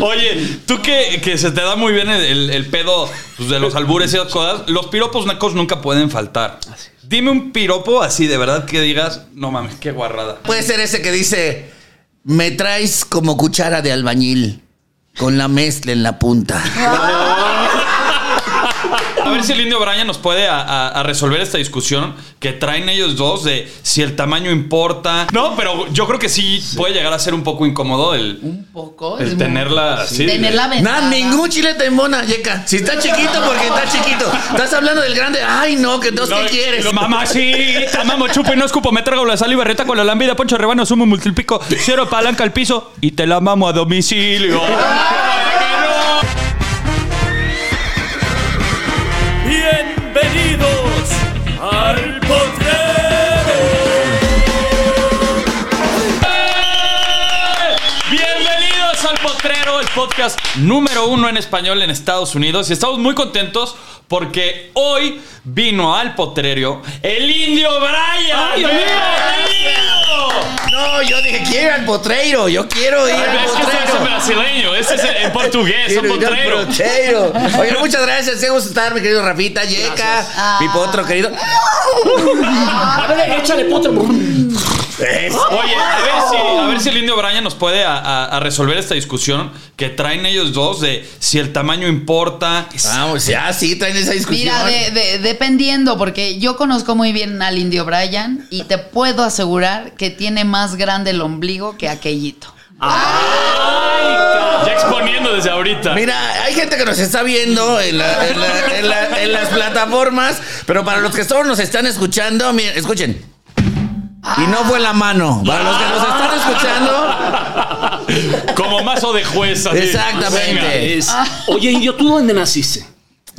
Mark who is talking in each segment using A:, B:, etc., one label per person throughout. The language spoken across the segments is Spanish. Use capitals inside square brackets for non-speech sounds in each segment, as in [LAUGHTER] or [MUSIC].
A: Oye, tú que, que se te da muy bien el, el- el pedo pues, de los albures y esas cosas, los piropos nacos nunca pueden faltar. Dime un piropo así de verdad que digas, no mames, qué guarrada.
B: Puede ser ese que dice, me traes como cuchara de albañil, con la mezcla en la punta.
A: A ver si el indio Braña nos puede a, a- a resolver esta discusión que traen ellos dos de si el tamaño importa. No, pero yo creo que sí, puede llegar a ser un poco incómodo el,
B: Un poco.
A: el tenerla así.
C: Tener la ventaja.
B: Nada, ningún chile te embona, Yeca. Si está chiquito, porque está chiquito. Estás hablando del grande. Ay, no, que entonces, ¿qué
A: [LAUGHS]
B: quieres?
A: Mamacita, mamo, chupo y no escupo, me trago la sal y barreta con la lámpida, poncho rebano, sumo multiplico, cero palanca al piso y te la mamo a domicilio.
D: Bienvenidos al potrero.
A: Bienvenidos al Potrero, el podcast número uno en español en Estados Unidos. Y estamos muy contentos porque hoy vino al Potrero el indio Brian. ¡Bienvenido!
B: No, yo dije, quiero ir al potreiro. Yo quiero ir al
A: Es que este es en
B: potreiro.
A: brasileño, este es en portugués, son
B: Quiero ir al
A: potrero.
B: potreiro. Oye, muchas gracias. Qué gusto estar, mi querido Rafita, Yeca, mi potro querido.
D: Échale potro.
A: Oye, a ver, si, a ver si el indio Brian nos puede a, a- a resolver esta discusión que traen ellos dos de si el tamaño importa.
B: Vamos, ya, sí, traen esa discusión.
C: Mira, de- de- dependiendo, porque yo conozco muy bien al indio Brian y te puedo asegurar que tiene más grande el ombligo que aquellito.
A: Ya exponiendo desde ahorita.
B: Mira, hay gente que nos está viendo en, la- en la- en la- en las plataformas, pero para los que solo nos están escuchando, miren, escuchen. Y no fue la mano. Para los que nos están escuchando,
A: Como mazo de juez. así. Venga.
B: exactamente.
D: Oye, indio, ¿tú dónde naciste?
B: Eh,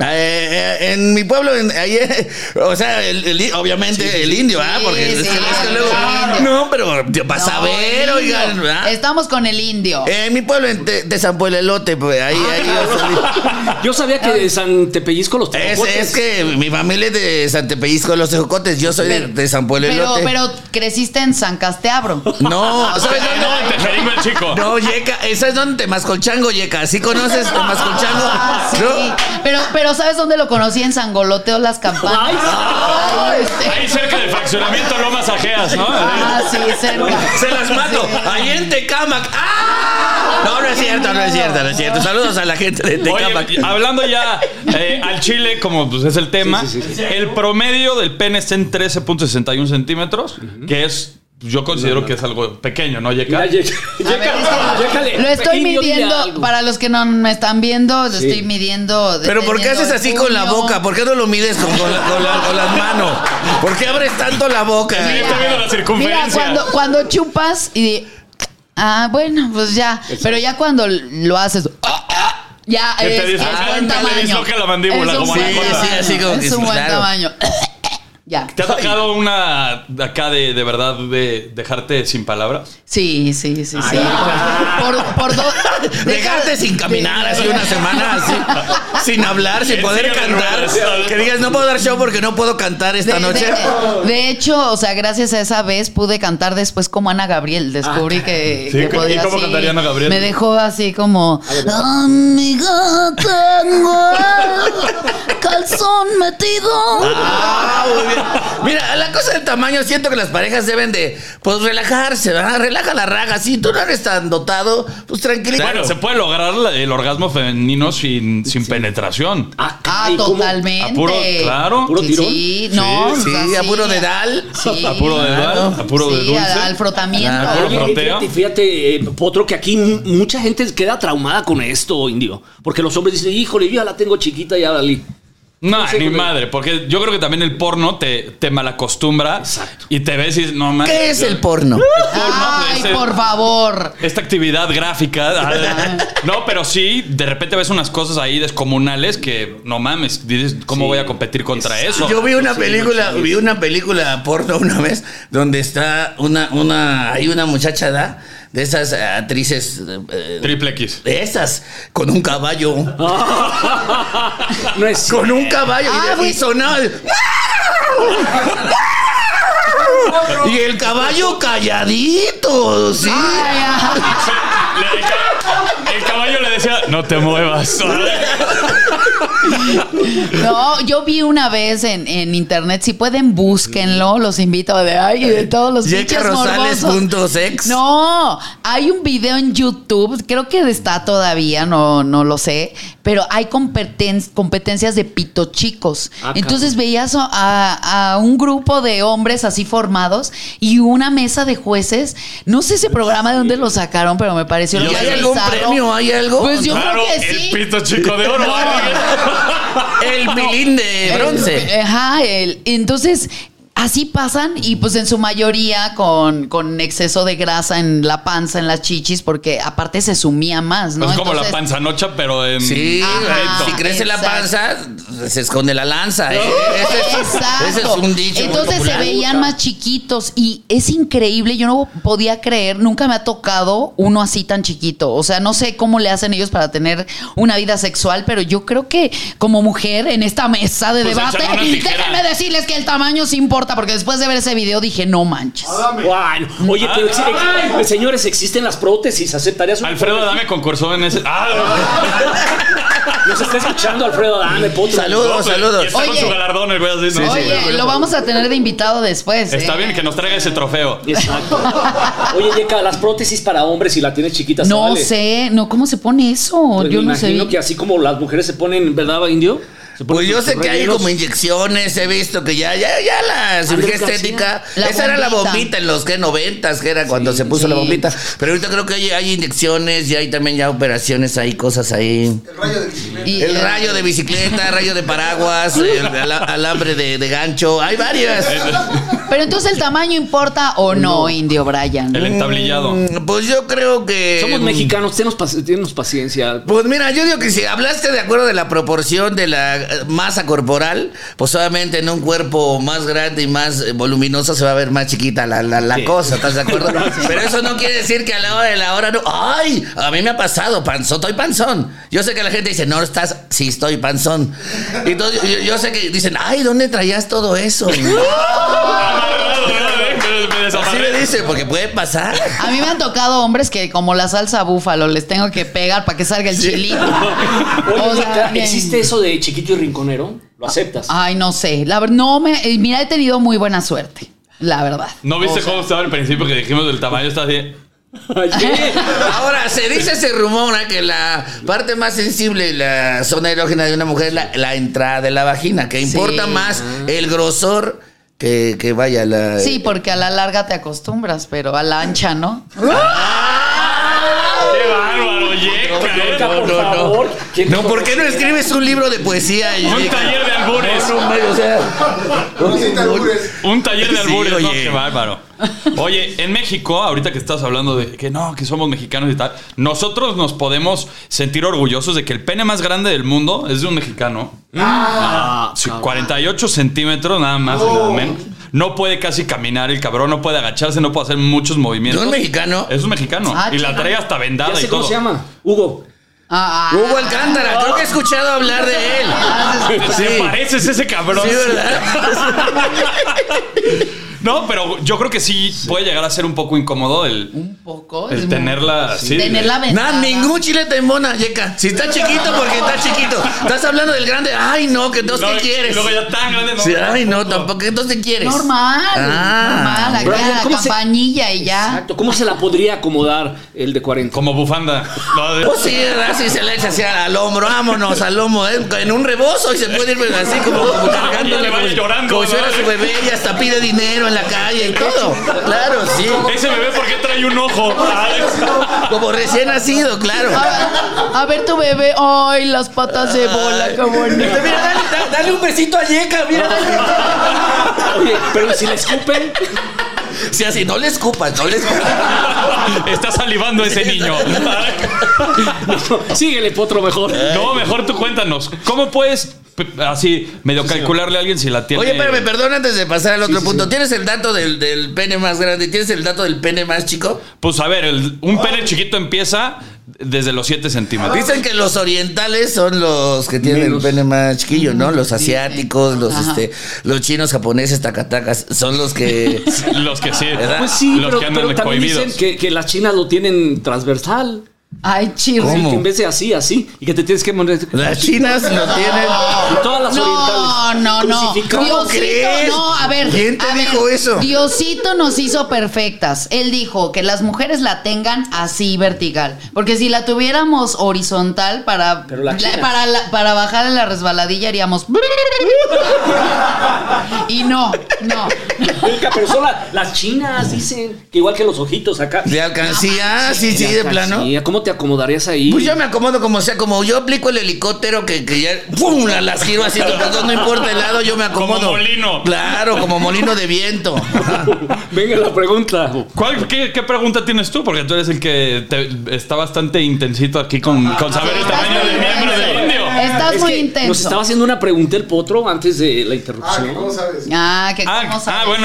B: eh, en mi pueblo, en- ahí, eh, o sea, el- el- obviamente el indio, ¿ah? Porque
C: Sí,
B: es, que-
C: sí,
B: es que
C: el
B: luego.
C: indio.
B: No, pero para
C: No,
B: saber,
C: el
B: oigan,
C: indio.
B: ¿verdad?
C: Estamos con el indio.
B: Eh, en mi pueblo, en Te- Tezampuelelote, pues ahí,
C: Ah,
B: ahí yo salí.
D: Yo sabía que de San Tepellisco los
B: Es,
D: tejocotes.
B: es que mi familia es de Santepellisco, los Tejocotes. Yo soy de, de San Pueblo
C: pero,
B: Elote.
C: pero creciste en San Casteabro.
B: [LAUGHS] No, ¿sabes
A: Eh, No, en
B: dónde?
A: Tejeringo el chico.
B: No, Yeca, esa es donde Temascolchango, Yeca. ¿Sí conoces Temascolchango?
C: Ah, sí.
B: ¿No?
C: Pero, pero ¿sabes dónde lo conocí? En Sangoloteo Las
D: Ay,
C: Campanas. Ay, sí.
A: Ahí cerca del fraccionamiento Lomas Ajeas, ¿no?
C: Ah, sí, cerca.
B: Se las mato. Ahí en Tecamac. ¡Ah! No, no es cierto, no es cierto, no es cierto. Saludos a la gente de Tecamac.
A: Oye, ah, hablando ya eh, al chile, como pues, es el tema,
D: Sí, sí, sí, sí.
A: el promedio del pene está en 13.61 centímetros, que es, yo considero que es algo pequeño, ¿no, Yeka?
D: Mira,
C: A
D: ye-
C: ver, es
D: yécale,
C: que
D: yécale.
C: Lo estoy
D: Indio, dile
C: midiendo,
D: algo.
C: para los que no me están viendo, lo
D: Sí.
C: estoy midiendo.
B: Pero ¿por qué haces así con la boca? ¿Por qué no lo mides con, con la- con la- con las manos? ¿Por qué abres tanto la boca?
A: Sí, está viendo la circunferencia.
C: Mira, cuando, cuando chupas y... Ah, bueno, pues ya. Pero ya cuando lo haces... ah, ah, Ya
A: Que te
C: es, es
A: disloca-
C: buen
A: te
C: tamaño.
A: disloca la mandíbula
C: Es un
A: como la
C: buen
A: cola.
B: Sí, sí, así como
C: tamaño,
B: que
C: Es
B: sí,
C: un buen
B: claro.
C: tamaño. [LAUGHS] Ya.
A: ¿Te ha tocado una de acá de, de verdad de dejarte sin palabras?
C: Sí, sí, sí, sí. Por, por,
B: [LAUGHS]
C: por dos.
B: Dejarte sin caminar así una semana,
C: [LAUGHS]
B: así, sin hablar, sin
A: Él
B: poder
A: sigue de
B: cantar.
A: ruedas.
B: Que digas, no puedo dar show porque no puedo cantar esta
C: de,
B: noche.
C: de- de hecho, o sea, gracias a esa vez pude cantar después como Ana Gabriel. Descubrí
B: Ah,
C: que,
A: Sí,
C: que
A: ¿y
C: podía
A: cómo
C: así.
A: cantaría Ana Gabriel?
C: Me dejó así como Amigo, tengo el calzón metido
B: Ah, muy Mira, la cosa del tamaño, siento que las parejas deben de, pues, relajarse, ¿verdad? Relaja la raga. Si tú no eres tan dotado, pues, tranquilito.
A: Bueno, se puede lograr la- el orgasmo femenino sin, sin penetración.
D: Ah,
C: Ah,
D: caray, ¿cómo?
C: totalmente.
A: A puro- claro.
C: Sí,
D: ¿Puro tirón?
C: Sí, no.
B: Sí,
C: o sea,
B: sí, a puro dedal.
C: Sí.
A: A puro dedal, a puro
C: Sí,
A: de dulce.
C: al- al frotamiento.
B: Claro.
D: Oye, y fíjate, fíjate, eh, Potro, que aquí m- mucha gente queda traumada con esto, indio. Porque los hombres dicen, híjole, yo ya la tengo chiquita, ya valí. [LAUGHS]
A: No,
D: Sí,
A: ni
D: porque-
A: madre, porque yo creo que también el porno te, te malacostumbra
D: Exacto.
A: y te ves y dices, no man,
B: ¿Qué es
A: yo-
B: el porno?
C: Ay,
A: ese-
C: por favor.
A: Esta actividad gráfica. Ah, no, pero sí, de repente ves unas cosas ahí descomunales que no mames, dices, ¿cómo voy a competir contra eso?
B: Yo vi una película, vi una película porno una vez donde está una, una, hay una muchacha da de esas eh, actrices, eh,
A: Triple X.
B: [LAUGHS] de esas, con un caballo,
C: [LAUGHS]
D: No
B: [LAUGHS]
D: es.
B: con un caballo y de-
C: Ah,
B: y, sonaba el- [LAUGHS] y el caballo calladito, sí.
C: Ay, ajá.
A: Le- el ca- El caballo le decía, no te muevas.
C: No, yo vi una vez en, en internet, si pueden búsquenlo, los invito de ay, y de todos los
B: Yeca
C: pinches
B: Mm. Rosales
C: morbosos.
B: punto sex.
C: No, hay un video en YouTube, creo que está todavía, no, no lo sé, pero hay competen- competencias de pito chicos.
D: Ah,
C: Entonces veías a- a, a un grupo de hombres así formados y una mesa de jueces. No sé ese programa de dónde lo sacaron, pero me pareció
B: ¿Y
C: lo
B: ¿Hay
C: más
B: algún
C: bizarro.
B: premio? ¿Hay algo?
C: Pues yo
A: Claro,
C: creo que sí.
A: el pito chico de oro. ¿eh?
B: El pilín de bronce.
C: El- Eh, ajá, el- entonces así pasan y pues en su mayoría con, con exceso de grasa en la panza, en las chichis, porque aparte se sumía más, ¿no?
A: es Pues, como la
C: Entonces,
A: panzanocha, pero en.
B: Sí,
C: Ajá,
B: si crece la panza, se esconde la lanza. ¿eh? Ese, es,
C: Exacto.
B: ese es un dicho. muy
C: Entonces se
B: popular.
C: veían más chiquitos y es increíble. Yo no podía creer, nunca me ha tocado uno así tan chiquito. O sea, no sé cómo le hacen ellos para tener una vida sexual, pero yo creo que como mujer en esta mesa de
A: Pues
C: debate,
A: echan una tijera.
C: [LAUGHS] déjenme decirles que el tamaño sí importa, porque después de ver ese video dije, no manches.
D: Bueno, oye, pero exi- ex- señores, existen las prótesis, aceptarías una [LAUGHS]
A: Alfredo
D: prótesis?
A: Adame concursó en ese. ¡Ah!
D: Nos está escuchando Alfredo Adame, Potro.
B: Saludos,
A: Y
B: saludos.
A: está con
C: Oye.
A: su galardón el güey así, ¿no?
C: Oye, lo vamos a tener de invitado después.
A: Está
C: ¿eh?
A: bien que nos traiga ese trofeo.
D: Exacto. Oye, Yeka, las prótesis para hombres, si la tienes chiquita, ¿se
C: No
D: vale?
C: sé, no, ¿cómo se pone eso?
D: Pues
C: yo
D: me
C: no sé.
D: imagino que así como las mujeres se ponen, ¿verdad, Indio? Se ponen
B: Pues yo
D: sus
B: sé que hay
D: rellenos.
B: como inyecciones, he visto que ya, ya, ya la cirugía
D: Andrés García.
B: estética.
C: La
B: esa era la
C: bombita.
B: bombita en los que noventas, que era cuando se puso
C: sí.
B: la bombita. Pero ahorita creo que hay, hay inyecciones y hay también ya operaciones ahí, cosas ahí.
C: Y- eh,
B: El rayo de bicicleta, rayo de paraguas, el ala- alambre de, de gancho, hay varias.
C: Pero entonces el tamaño importa
D: Pues
C: o no, Indio Brian.
A: El [LAUGHS] entablillado.
B: Mm, Pues yo creo que.
D: Somos
B: mm,
D: mexicanos, tenemos, paci- tenemos paciencia.
B: Pues mira, yo digo que si hablaste de acuerdo de la proporción de la eh, masa corporal, pues obviamente en un cuerpo más grande y más eh, voluminoso se va a ver más chiquita la, la- la cosa, ¿estás de acuerdo? Pero eso no quiere decir que a la hora de la hora no. ¡Ay! A mí me ha pasado, panzón, estoy panzón. Yo sé que la gente dice, no estás, sí estoy panzón. Y Entonces yo, yo sé que dicen, ¡ay! ¿Dónde traías todo eso?
A: Me
B: Así
A: desamarré.
B: me dice, porque puede pasar.
C: A mí me han tocado hombres que como la salsa búfalo les tengo que pegar para que salga el
A: [LAUGHS]
C: chilito.
D: Oye,
C: O sea,
D: Yeka,
C: bien.
D: ¿existe eso de chiquito y rinconero? ¿Lo aceptas?
B: Ah,
C: Ay, no sé. La ver- no me eh, mira, he tenido muy buena suerte, la verdad.
A: ¿No viste cómo estaba al principio que dijimos del tamaño? Está así.
B: ah. [LAUGHS]
D: Ay, ¿qué?
B: Ahora, se dice, se rumora que la parte más sensible, la zona erógena de una mujer es la, la entrada de la vagina, que importa más el grosor que, que vaya la...
C: Sí, porque a la larga te acostumbras, pero a la ancha, ¿no?
A: ¡Qué bárbaro, eh! yeca!
D: Yeka,
B: No,
D: por
B: no, no.
D: favor. ¿Quién
B: No,
D: te
B: ¿por qué no
D: conoce?
B: escribes un libro de poesía? y-
A: Un taller de albures.
B: No, hombre, o sea...
A: Un taller de
B: Sí,
A: albures, ¿no?
B: oye.
A: Qué bárbaro. Oye, en México, ahorita que estás hablando de que no, que somos mexicanos y tal, nosotros nos podemos sentir orgullosos de que el pene más grande del mundo es de un mexicano.
D: Ah,
A: Sí,
D: cabrón.
A: 48 centímetros, nada más y nada menos. No puede casi caminar el cabrón, no puede agacharse, no puede hacer muchos
B: ¿No
A: movimientos.
B: es mexicano?
A: Es un mexicano.
C: Ah,
A: y la
C: chica.
A: trae hasta vendada
D: Ya sé
A: y todo.
D: cómo se llama. Hugo.
C: Ah, ah.
B: Hugo Alcántara, creo que he escuchado hablar de él.
C: Ah,
A: Se
B: [LAUGHS] Sí.
A: pareces a ese cabrón.
B: Sí, ¿verdad?
A: No, pero yo creo que sí, puede llegar a ser un poco incómodo el,
C: Un poco.
A: el
C: es
A: tenerla.
C: muy-
A: Sí,
C: tenerla
B: Nada,
C: aventada.
B: ningún chile te embona, Yeca. Si está chiquito, porque está chiquito. Estás hablando del grande. Ay, no, que entonces,
A: Luego-
B: ¿qué quieres?
A: Luego ya tan grande.
B: Sí, ay, no,
A: tampoco.
B: tampoco. Entonces, ¿qué quieres?
C: Normal.
B: Ah,
C: normal. Acá,
D: Brian, ¿cómo se-
C: campanilla y ya.
D: Exacto. ¿Cómo se la podría acomodar el de 40?
A: Como bufanda. No, de-
B: Pues sí, así se le echa así al hombro, vámonos al lomo, eh, en un rebozo y se puede ir pues, así como, como cargándole.
A: [LAUGHS] Y vaya
B: como-
A: llorando,
B: como si
A: ¿no?
B: fuera su bebé y hasta pide dinero en la calle y todo. Claro, sí.
A: Ese bebé, ¿por qué trae un ojo? Ah,
B: Como recién nacido, claro.
C: A, a ver tu bebé. Ay, las patas de bola, qué bonito.
B: Este, Mira, dale, da- dale un besito a Yeca, mira, dale.
D: [LAUGHS] Oye, pero ¿y si le escupen? [LAUGHS]
B: Sí, así, no le escupas, no le escupas.
A: [LAUGHS] [LAUGHS] Está salivando ese niño.
D: Síguele, potro, mejor.
A: No, mejor tú cuéntanos. ¿Cómo puedes p- así medio calcularle a alguien si la tiene?
B: Oye, espérame, perdón antes de pasar al otro punto. ¿Tienes el dato del, del pene más grande? ¿Tienes el dato del pene más chico?
A: Pues a ver, el- un pene chiquito empieza desde los 7 centímetros.
B: Dicen que los orientales son los que tienen
D: Menos.
B: el pene más chiquillo, ¿no? Los asiáticos, los
C: Ajá.
B: este, los chinos, japoneses, tacatacas, son los que
A: Los que sí.
B: ¿Verdad?
D: Pues sí,
A: los
D: pero,
A: que andan
D: pero también
A: cohibidos.
D: dicen que, que las chinas lo tienen transversal.
C: Ay, chido.
B: ¿Cómo?
D: Que en vez de así, así. Y que te tienes que poner...
B: las chinas no tienen.
D: Y todas las
C: No,
D: orientales.
C: no, no.
D: Crucificado.
B: ¿Cómo
C: Diosito,
B: crees?
C: no, a ver.
B: ¿Quién te
C: a ver,
B: dijo eso?
C: Diosito nos hizo perfectas. Él dijo que las mujeres la tengan así vertical. Porque si la tuviéramos horizontal para,
D: Pero la
C: la-
D: giras.
C: para, la- para bajar en la resbaladilla
D: [LAUGHS]
C: haríamos. y no, no.
D: Oiga, pero son la- las chinas, dicen. Que igual que los ojitos acá.
B: De alcancía, Ah, sí, sí,
D: La
B: de plano.
D: alcancía, ¿Cómo te acomodarías ahí?
B: Pues yo me acomodo como sea, como yo aplico el helicóptero que, que ya ¡pum! la- las giro así, los dos, no importa el lado, yo me acomodo.
A: molino.
B: Claro, como molino de [LAUGHS] viento.
D: [LAUGHS] Venga la pregunta.
A: ¿Cuál- qué, qué pregunta tienes tú? Porque tú eres el que te- está bastante intensito aquí con, con saber el
C: Estás
A: tamaño
C: muy
A: del miembro
C: intenso.
A: del indio.
C: Estás
D: Es
C: muy
D: que
C: intenso.
D: Nos estaba haciendo una pregunta el potro antes de la interrupción.
C: Ah, que
A: Ah,
C: cómo
A: ah,
C: sabes.
A: bueno.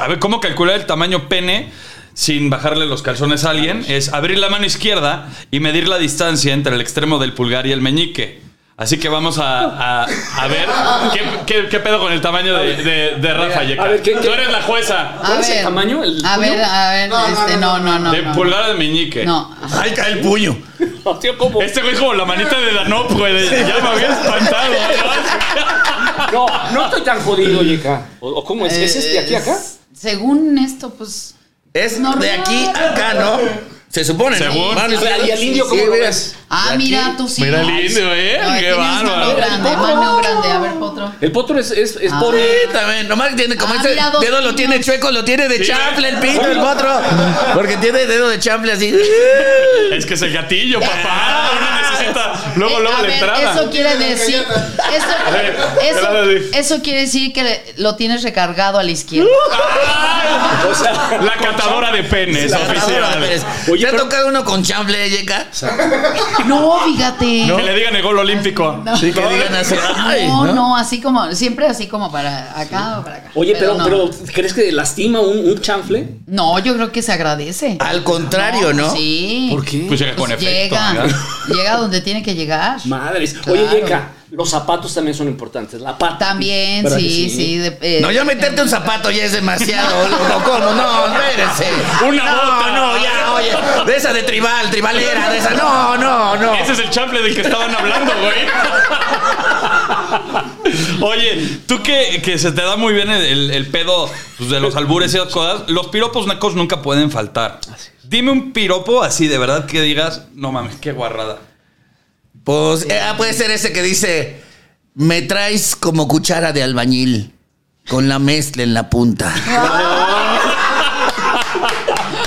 A: A ver, ¿cómo calcular el tamaño pene sin bajarle los calzones a alguien? Es abrir la mano izquierda y medir la distancia entre el extremo del pulgar y el meñique. Así que vamos a, a- a ver qué, qué- qué pedo con el tamaño de, de- de Rafa Yeca.
D: ver, ¿qué- qué-
A: Tú eres la jueza.
C: A
D: ¿Cuál es el
C: ver,
D: tamaño? ¿El
C: a
D: tuyo?
C: ver, a ver, este, no, no, no.
A: De
C: no,
A: pulgar a de meñique.
C: no.
B: Ay, cae el puño.
D: [LAUGHS] Tío, ¿cómo?
A: Este güey es como la manita de Danop, güey. de- Ya me había espantado.
D: No, no estoy tan jodido, Yeca. ¿O, o cómo es? ¿Es este de aquí a acá?
C: Es- Según esto, pues.
B: Es
C: Normal.
B: de aquí a acá, ¿no? Se supone, ¿no?
A: Según.
B: Mano
D: O sea, ¿y al indio
B: Sí,
D: cómo lo
B: mira.
D: ves?
C: Ah,
B: De aquí.
C: mira, tú sí.
A: Mira el indio, ¿eh?
C: Ay,
A: Qué
C: tienes mano
A: bárbaro.
C: grande, mano grande. A ver, potro.
D: El potro es, es, es
C: Ah.
D: por...
B: Sí, también. Nomás tiene como
C: Ah,
B: ese
C: mira, dos
B: dedo lo
C: niños.
B: tiene chueco, lo tiene de
A: Sí.
B: chanfle el pito, el potro. Porque tiene dedo de chanfle así.
A: Es que es el gatillo, papá. Uno necesita. Luego,
C: Eh,
A: luego
C: a
A: la
C: ver,
A: entrada.
C: Eso quiere decir. [LAUGHS] Eso,
A: Eh,
C: eso-
A: espérate.
C: eso quiere decir que lo tienes recargado a
A: [LAUGHS]
C: la izquierda.
D: O sea,
A: La catadora de penes
B: Ahora, Pérez,
A: oficial.
D: Oye,
B: pues. ¿Te ha
D: pero-
B: tocado uno con chanfle, Yeca?
C: No, fíjate.
A: Que le digan el gol olímpico.
B: Sí, que digan así. Ay,
C: no,
B: ¿no?
C: no, así como, siempre así como para acá o para acá.
D: Oye, pero,
C: no.
D: pero ¿crees que lastima un, un chanfle?
C: No, yo creo que se agradece.
B: Al contrario, ¿no?
C: Sí.
D: ¿Por qué?
A: Pues llega con
C: Pues
A: efecto.
C: llega,
A: ¿verdad?
C: llega donde tiene que llegar.
D: Madres.
C: Claro.
D: Oye, Yeca, Los zapatos también son importantes. La pata.
C: También,
D: ¿Verdad que
C: sí, sí. de- eh,
B: No, ya meterte un zapato ya es
D: [LAUGHS]
B: demasiado, loco. ¿Cómo? No, espérense.
D: Una
B: no,
D: bota.
B: No, ya, oye. De esa de tribal, tribalera, de esa. No, no, no.
A: Ese es el chample del que estaban hablando, güey. Oye, tú que, que se te da muy bien el, el- el pedo pues, de los albures y esas cosas, los piropos nacos nunca pueden faltar. Dime un piropo así de verdad que digas, no mames, qué guarrada.
B: Pues eh, ah, puede ser ese que dice: Me traes como cuchara de albañil con la mezcla en la punta.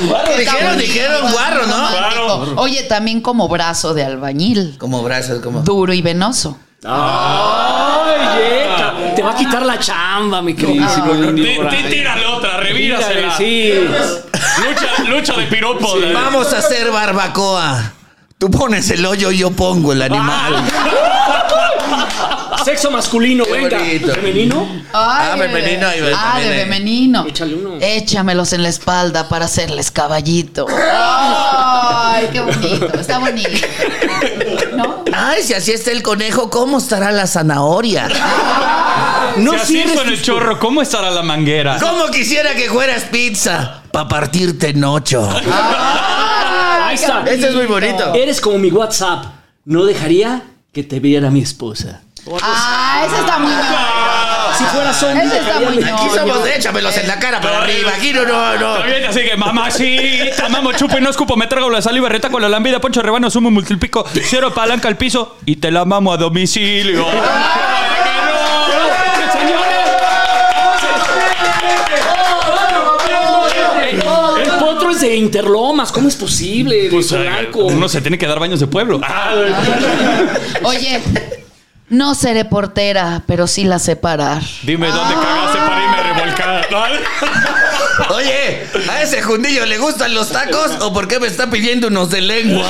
B: Guarro,
C: está
B: dijeron,
C: bonito,
B: dijeron guarro, ¿no?
C: romántico. Oye, también como brazo de albañil.
B: Como brazos, como.
C: Duro y venoso.
D: Ay, yeca. Te va a quitar la chamba, mi queridísimo.
A: Tí-
D: Indio
A: tí-
D: Brian.
A: Tírale otra, revírasela.
D: Mírale, sí.
A: Lucha, lucha de piropos. la-
B: Vamos a hacer barbacoa. Tú pones el hoyo y yo pongo el animal.
D: Sexo masculino,
B: Qué
D: venga.
B: bonito.
D: Femenino.
C: Ay,
B: Ah, femenino y
C: de- Ah, de
B: femenino.
C: femenino.
D: Échale uno.
C: Échamelos en la espalda para hacerles
B: [LAUGHS]
C: caballito. Ay, qué bonito. Está bonito. ¿No?
B: Ay, si así está el conejo, ¿cómo estará la zanahoria?
D: No
A: si así
D: cierres
A: con el
D: tus-
A: chorro, ¿cómo estará la manguera?
B: ¿Cómo quisiera que fueras pizza? Para partirte en ocho.
D: Ahí está.
B: Ese es muy bonito.
D: Eres como mi WhatsApp. No dejaría que te viera mi esposa.
C: Ah, ese está muy bueno.
D: Si fueras hombre,
C: Ese está muy
B: Aquí
C: ñoño.
B: somos de échamelos en la cara para arriba. Aquí no, no, no.
A: Está bien, así que mamacita, mamo, chupo y no escupo, me trago la sal y barreta con la lambida, poncho rebano, sumo multiplico, cero palanca al piso y te la mamo a [LAUGHS] domicilio.
D: El potro es de Interlomas. ¿Cómo es posible? De
A: Pues,
D: Polanco.
A: Uno se tiene que dar baños de pueblo.
C: Oye, no seré portera, pero sí la sé parar.
A: Dime dónde cagaste para irme revolcada.
B: Oye, ¿a ese jundillo le gustan los tacos o por qué me está pidiendo unos de lengua?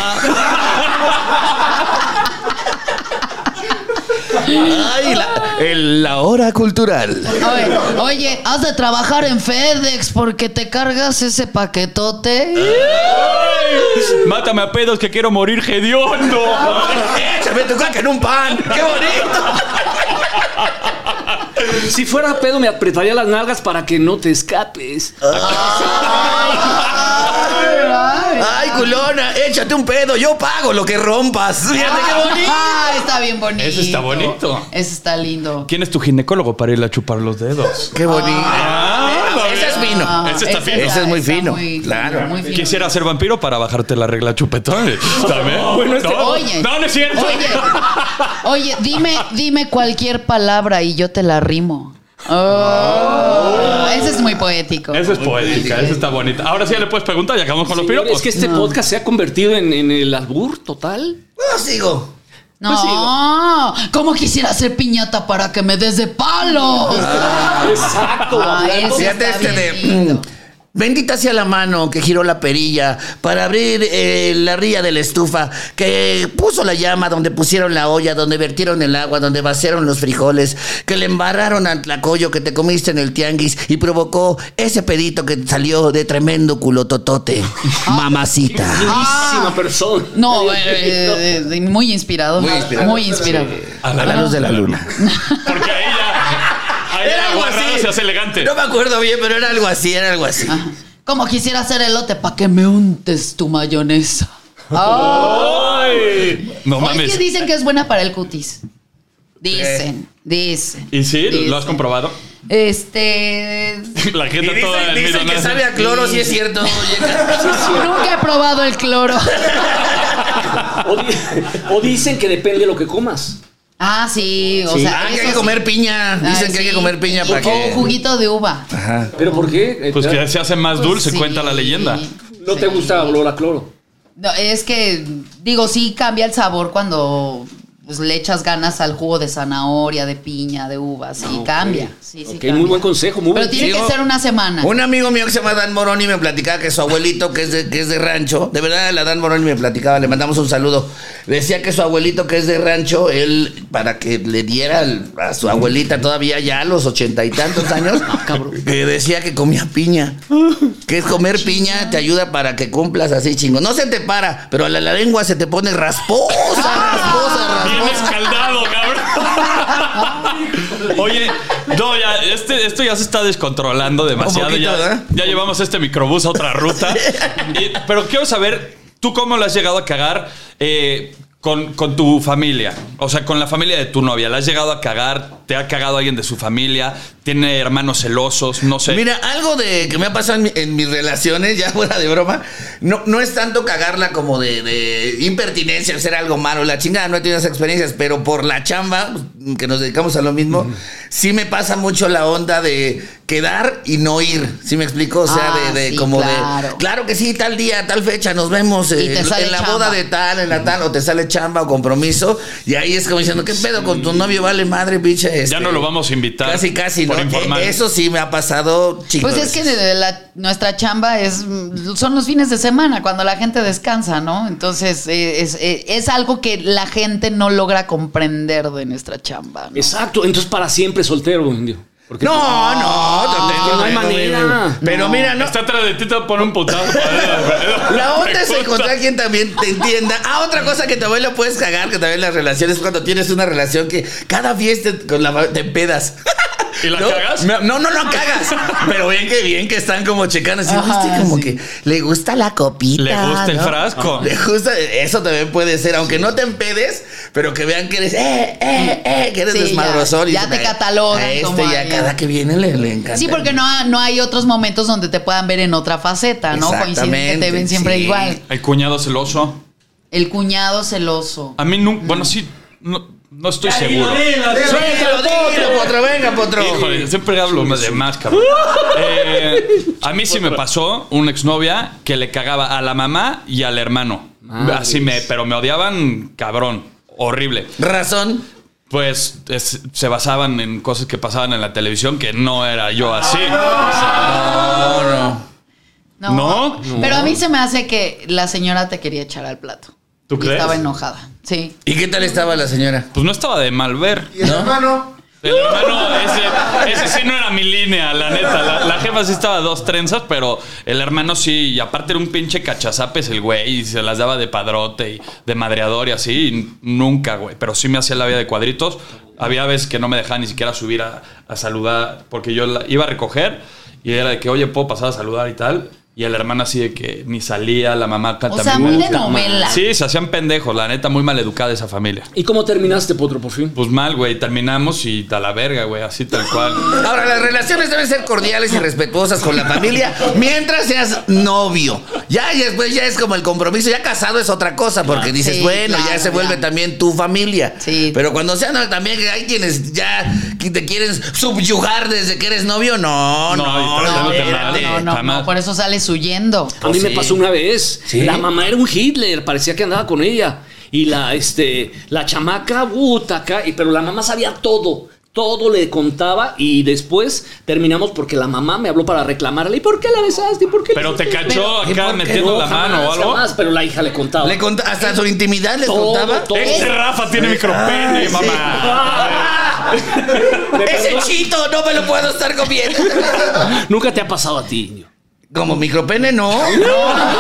B: Ay, la, el- la hora cultural.
C: Oye, oye, has de trabajar en FedEx porque te cargas ese
A: Ah.
C: paquetote.
A: [LAUGHS] Mátame a pedos que quiero morir hediondo.
B: Échame tu caca en un pan. ¡Qué bonito!
D: Si fuera pedo, me apretaría las nalgas para que no te escapes.
A: Ah,
B: Ay, culona, échate un pedo. Yo pago lo que rompas. Fíjate qué bonito.
C: Ah, está bien bonito.
A: Ese está bonito.
C: Ese está lindo.
A: ¿Quién es tu ginecólogo para irle a chupar los dedos?
B: Qué bonito.
A: Ah,
B: ese es fino.
C: Ah,
A: Ese está fino.
B: Ese es muy
C: está
B: fino,
C: muy
B: claro.
C: muy fino.
A: Quisiera ser vampiro para bajarte la regla a [LAUGHS] chupetones. También. no,
C: Oye.
A: no, no es cierto.
C: Oye, oye, dime, dime cualquier palabra y yo te la rimo. Oh, ese es muy poético.
A: Esa es poética, esa está bonita. Ahora sí Pues, ya le puedes preguntar y acabamos con los
D: Señores,
A: piropos.
D: es que este podcast se ha convertido en, en el albur total.
B: Bueno, sigo.
C: No, ¿cómo quisiera hacer piñata para que me des de palos?
D: Exacto.
C: Ah,
D: hablando-
C: ese.
B: Fíjate
C: está
B: este de.
C: bien lindo.
B: mm, Bendita sea la mano que giró la perilla para abrir eh, la ría de la estufa, que puso la llama donde pusieron la olla, donde vertieron el agua, donde vaciaron los frijoles, que le embarraron al tlacoyo que te comiste en el tianguis y provocó ese pedito que salió de tremendo
A: [LAUGHS]
B: culototote. Mamacita.
A: Ah.
D: Lindísima persona.
C: No, eh, eh, eh, muy inspirado. Muy inspirado.
B: A la luz de la luna.
A: Porque ahí ya. Ahí
B: Era
A: la
B: algo
A: guarrada
B: así.
A: se hace elegante.
B: No me acuerdo bien, pero era algo así, era algo así.
C: Ajá. Como quisiera hacer elote para que me untes tu
B: [LAUGHS]
C: mayonesa.
B: Oh.
A: Ay, no
C: Oye,
A: mames.
C: que dicen que es buena para el cutis. Dicen,
B: Eh.
C: dicen.
A: ¿Y sí?
C: Dicen.
A: ¿Lo has comprobado?
C: Este.
A: La
B: Y
A: gente toda
B: dicen,
A: en
B: dicen que
A: millonaria.
B: sabe a cloro, si es cierto.
C: Nunca he probado el
B: [LAUGHS]
C: cloro.
D: O, di- o dicen que depende de lo que comas.
C: Ah, sí. O
B: Sí.
C: sea,
B: Ah, que
C: eso
B: hay que
C: sí.
B: comer piña.
C: Ay,
B: Dicen que hay
C: sí.
B: que comer piña
C: O-
B: para que.
C: O juguito de uva.
D: ¿Pero por qué?
A: Pues que
D: ¿No
A: se hace más
C: Pues
A: dulce,
C: sí.
A: cuenta la leyenda.
D: te
C: Sí.
D: gusta olor a cloro?
C: No, es que, digo, sí cambia el sabor cuando pues, le echas ganas al jugo de zanahoria, de piña, de uva. Sí,
D: ok.
C: cambia. Sí, sí
D: Ok,
C: cambia.
D: muy buen consejo, muy
C: Pero
D: buen
C: tiene
B: Digo,
C: que ser una semana.
B: Un amigo mío que se llama Dan Moroni me platicaba que su abuelito, que es de, que es de rancho, de verdad, la Dan Moroni me platicaba, le mandamos un saludo. Decía que su abuelito, que es de rancho, él, para que le diera al- a su abuelita todavía ya a los ochenta y tantos
C: [LAUGHS]
B: años, que decía que comía piña. Que es comer piña te ayuda para que cumplas así chingo. No se te para, pero a la, la lengua se te pone rasposa, rasposa,
C: [LAUGHS]
A: Bien
B: rasposa.
A: escaldado, cabrón. Oye, no, ya, este, esto ya se está descontrolando demasiado.
B: Un poquito,
A: ya,
B: ¿verdad?
A: ya llevamos este microbús a otra ruta. Y- pero quiero saber, ¿tú cómo lo has llegado a cagar eh, con, con tu familia? O sea, con la familia de tu novia. ¿La has llegado a cagar? ¿Te ha cagado alguien de su familia? ¿Tiene hermanos celosos? No sé.
B: Mira, algo de que me ha pasado en, mi- en mis relaciones, ya [LAUGHS] fuera de broma, no, no es tanto cagarla como de, de impertinencia, hacer algo malo, la chingada, no he tenido esas experiencias, pero por la chamba, pues, que nos dedicamos a lo mismo, sí me pasa mucho la onda de quedar y no ir, ¿sí me explico? O sea,
C: Ah,
B: de, de
C: sí,
B: como de,
C: claro.
B: claro que sí, tal día, tal fecha, nos vemos eh,
C: te
B: en
C: sale
B: la
C: chamba.
B: boda de tal, en la tal, o te sale chamba o compromiso, y ahí es como diciendo, ¿qué pedo con tu novio? Vale madre, bicha.
A: ya
B: este,
A: no lo vamos a invitar.
B: Casi, casi, ¿no?
A: por informal.
B: Eh, Eso sí me ha pasado chido.
C: Pues es que de- de la- nuestra chamba es mm, son los fines de semana, cuando la gente descansa, ¿no? Entonces eh, es, eh, es algo que la gente no logra comprender de nuestra chamba. ¿no?
D: Exacto, entonces para siempre soltero, indio. Porque
B: No, no, no,
D: no hay manera.
B: Pero mira, no.
A: Está atrás de ti, te pone un
B: [LAUGHS]
A: putazo.
B: La onda es encontrar a quien también te entienda. Ah, otra cosa que también la puedes cagar, que también las relaciones, cuando tienes una relación que cada fiesta con la fa- te pedas.
A: ¿Y la
B: [LAUGHS] ¿No?
A: cagas?
B: Me- No, no, no cagas. Pero bien que bien que están como checando. Así,
C: Ajá,
B: este como
C: sí.
B: que le gusta la copita.
A: Le gusta el
B: ¿no?
A: frasco.
B: [LAUGHS] Le gusta, eso también puede ser, aunque no te empedes, pero que vean que eres, eh, eh, eh, que eres
C: Sí, ya,
B: desmadrosón. y
C: ya
B: dicen,
C: te
B: "Ay,
C: catalogan
B: A este
C: como
B: ya
C: alguien".
B: cada que viene le, le encanta.
C: Sí, porque no, ha- no hay otros momentos donde te puedan ver en otra faceta, ¿no? Coincide que te ven
B: Exactamente,
C: siempre
B: sí.
C: igual.
A: El cuñado celoso.
C: El cuñado celoso.
A: A mí nunca. Bueno, sí, no, no estoy seguro.
B: Suéltalo, dilo, potro, venga, potro.
A: Híjole, siempre hablo más de más, cabrón. Eh, a mí sí me pasó una exnovia que le cagaba a la mamá y al hermano. Así me, pero me odiaban, cabrón. Horrible.
B: Razón.
A: Pues es- se basaban en cosas que pasaban en la televisión que no era yo así.
B: No, no.
C: No.
A: ¿No?
C: Pero a mí se me hace que la señora te quería echar al plato.
A: ¿Tú
C: Y
A: crees?
C: Estaba enojada. Sí.
B: ¿Y qué tal estaba la señora?
A: Pues no estaba de mal ver.
E: Y el hermano.
A: El hermano, ese, ese sí no era mi línea, la neta. La, la jefa sí estaba dos trenzas, pero el hermano sí. Y aparte era un pinche cachazapes el güey. Y se las daba de padrote y de madreador y así. y nunca, güey. Pero sí me hacía la vida de cuadritos. Había veces que no me dejaba ni siquiera subir a, a saludar porque yo la iba a recoger. Y era de que, oye, puedo pasar a saludar y tal. Y el hermano así de que ni salía, la mamá
C: O sea,
A: también.
C: muy de novela.
A: Sí, se hacían pendejos. La neta, muy mal educada esa familia.
D: ¿Y cómo terminaste, Potro, por fin?
A: Pues mal, güey. Terminamos y a la verga, güey. Así tal cual.
B: Ahora, las relaciones deben ser cordiales y respetuosas con la familia mientras seas novio. Ya, y después ya es como el compromiso. Ya casado es otra cosa, porque dices,
C: Ah, Sí,
B: bueno, ya
C: claro,
B: se vuelve
C: ya.
B: también tu familia.
C: Sí.
B: Pero cuando sean no, también hay quienes ya que te quieren subyugar desde que eres novio. No,
A: No,
B: no,
A: y
B: no.
A: tratándote mal.
B: espérate.
C: no, no,
A: jamás.
C: no, por eso sales huyendo.
D: A mí
A: Ah,
B: Pues
D: me
B: sí.
D: pasó una vez.
B: ¿Sí?
D: La mamá era un Hitler, parecía que andaba con ella. Y la, este, la chamaca, puta, acá, y- pero la mamá sabía todo. Todo le contaba y después terminamos porque la mamá me habló para reclamarle. ¿Y por qué la besaste? ¿Y por qué? le
A: Pero te
D: hiciste?
A: cachó
B: ¿y
A: acá
B: por qué
A: metiendo
D: No,
A: la
D: jamás,
A: mano o algo.
D: jamás, pero la hija le contaba.
B: Le cont-
C: Eh,
B: hasta su intimidad les
D: Todo,
B: contaba.
D: todo.
A: Este Rafa tiene micropene,
B: sí.
A: mamá.
D: Me
B: Ese
D: perdonó.
B: chito no me lo puedo estar
C: [LAUGHS]
B: comiendo.
D: Nunca te ha pasado a ti, niño.
B: Como micropene, no.
C: [LAUGHS]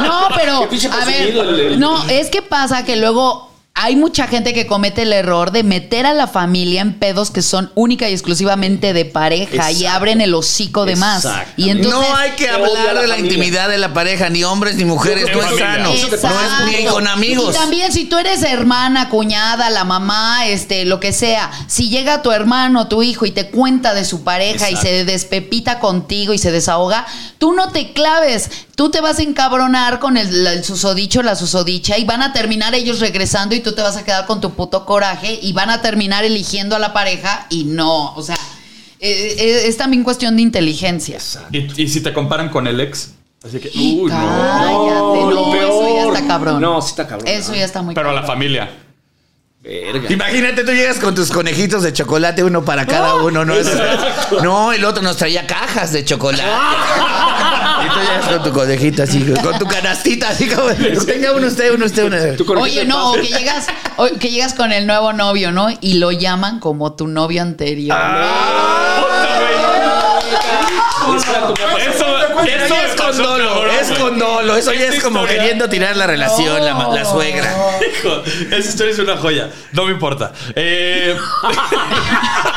C: No, pero
D: Qué pinche
C: a ver,
D: presumido el- el-
C: no, es que pasa que luego hay mucha gente que comete el error de meter a la familia en pedos que son única y exclusivamente de pareja y
D: Exacto.
C: abren el hocico de más. Y
D: Exactamente.
C: entonces
B: no hay que
D: Te odia
B: hablar
D: la
B: de la
D: familia.
B: intimidad de la pareja, ni hombres ni mujeres,
A: En
B: no es
A: familia.
B: sano.
D: Exacto.
B: No es ni con amigos.
C: Y también si tú eres hermana, cuñada, la mamá, este, lo que sea, si llega tu hermano, tu hijo y te cuenta de su pareja
D: Exacto.
C: y se despepita contigo y se desahoga, tú no te claves, tú te vas a encabronar con el, la- el susodicho, la susodicha y van a terminar ellos regresando y tú te vas a quedar con tu puto coraje y van a terminar eligiendo a la pareja y no, o sea, eh, eh, es también cuestión de inteligencia.
A: Y, y si te comparan con el ex. Así que, uy, no.
C: Cállate, no, eso ya está cabrón.
D: No, sí está cabrón.
C: Eso ya está muy
A: Pero a
C: cabrón.
A: la familia.
D: Verga.
B: Imagínate, tú llegas con tus conejitos de chocolate, uno para cada
D: Ah.
B: uno, ¿no? No, el otro nos traía cajas de chocolate.
D: Ah.
B: Y tú llegas con tu conejito así, con tu canastita así como, venga uno usted, uno usted, uno.
D: Tú con
C: Oye,
D: ese
C: no, o
D: pase.
C: que llegas, o que llegas con el nuevo novio, ¿no? Y lo llaman como tu novio anterior.
B: Ah,
A: Puta, güey.
D: Exacto, me parece-
A: Eso,
B: Pero
A: eso
B: ya
A: me
B: es
A: pasó,
B: condolo,
A: cabrón,
B: es
A: güey.
B: condolo. Eso ya
A: Esta
B: es como
A: historia-
B: queriendo tirar la relación, la, ma- la suegra.
A: Hijo, esa historia es una joya. No me importa. Eh, [LAUGHS]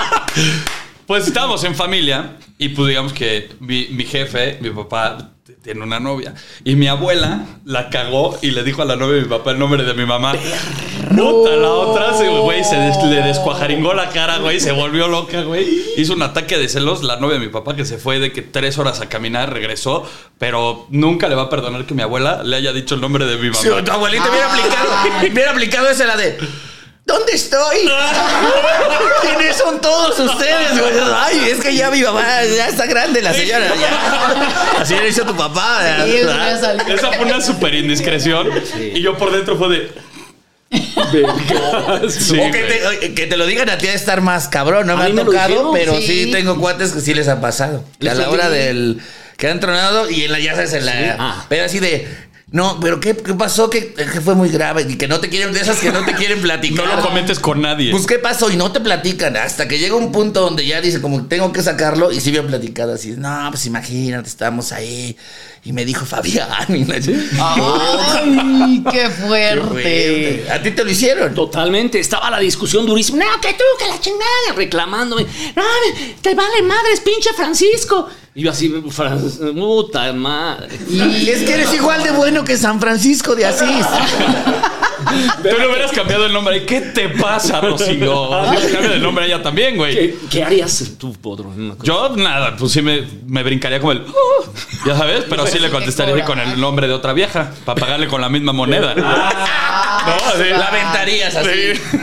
A: pues estábamos en familia y pues digamos que mi, mi jefe, mi papá t- tiene una novia y mi abuela la cagó y le dijo a la novia de mi papá el nombre de mi mamá. Puta, la otra se, güey, se des- le descuajaringó la cara, güey, se volvió loca, güey. Hizo un ataque de celos la novia de mi papá que se fue de que tres horas a caminar regresó, pero nunca le va a perdonar que mi abuela le haya dicho el nombre de mi mamá.
B: Si tu abuelita hubiera aplicado, hubiera aplicado esa la de. ¿Dónde estoy? ¿Quiénes son todos ustedes, güey? Ay, es que ya mi mamá ya está grande la señora. ya. Así le hizo tu papá. Ah,
C: Sí,
B: ¿verdad?
C: voy a salir.
A: Esa fue una super indiscreción. Y yo por dentro fue de. [LAUGHS] Sí,
B: o que
A: güey.
B: te, o que te lo digan a ti de estar más cabrón, no
D: A
B: me
D: mí
B: ha
D: me lo
B: tocado,
D: dijeron,
B: pero sí.
C: sí.
B: tengo cuates que sí les ha pasado. Que a
D: Les
B: la hora
D: platiqué.
B: del. que han tronado y en la ya sabes, en la.
D: Ah.
B: Pero así de. No, pero ¿qué, qué pasó? Que, que fue muy grave. Y que no te quieren, de esas que no te quieren
A: No
B: platicar.
A: lo comentes con nadie.
B: Pues qué pasó y no te platican hasta que llega un punto donde ya dice como tengo que sacarlo y sí bien platicado así, no, pues imagínate, estábamos ahí y me dijo Fabián [LAUGHS] y la-
C: Ay,
B: [LAUGHS]
C: qué
B: Qué
C: fuerte.
B: fuerte. A ti te lo hicieron.
D: Totalmente, estaba la discusión durísima. No, que tú, que la chingada, reclamándome. No, te vale madres, pinche Francisco. Y yo así, Fran- puta madre.
B: Y es que eres igual de bueno que San Francisco de Asís.
A: Tú le hubieras cambiado el nombre. ¿Qué te pasa,
B: [LAUGHS]
A: Rocío? Cambia el nombre a ella también, güey.
D: ¿Qué, qué harías tú, Podro?
A: Yo, nada, pues sí me, me brincaría como el. "Oh", ya sabes, pero sí le contestaría con el nombre de otra vieja para pagarle con la misma moneda. [LAUGHS] No, así.
B: Ah. La aventarías así.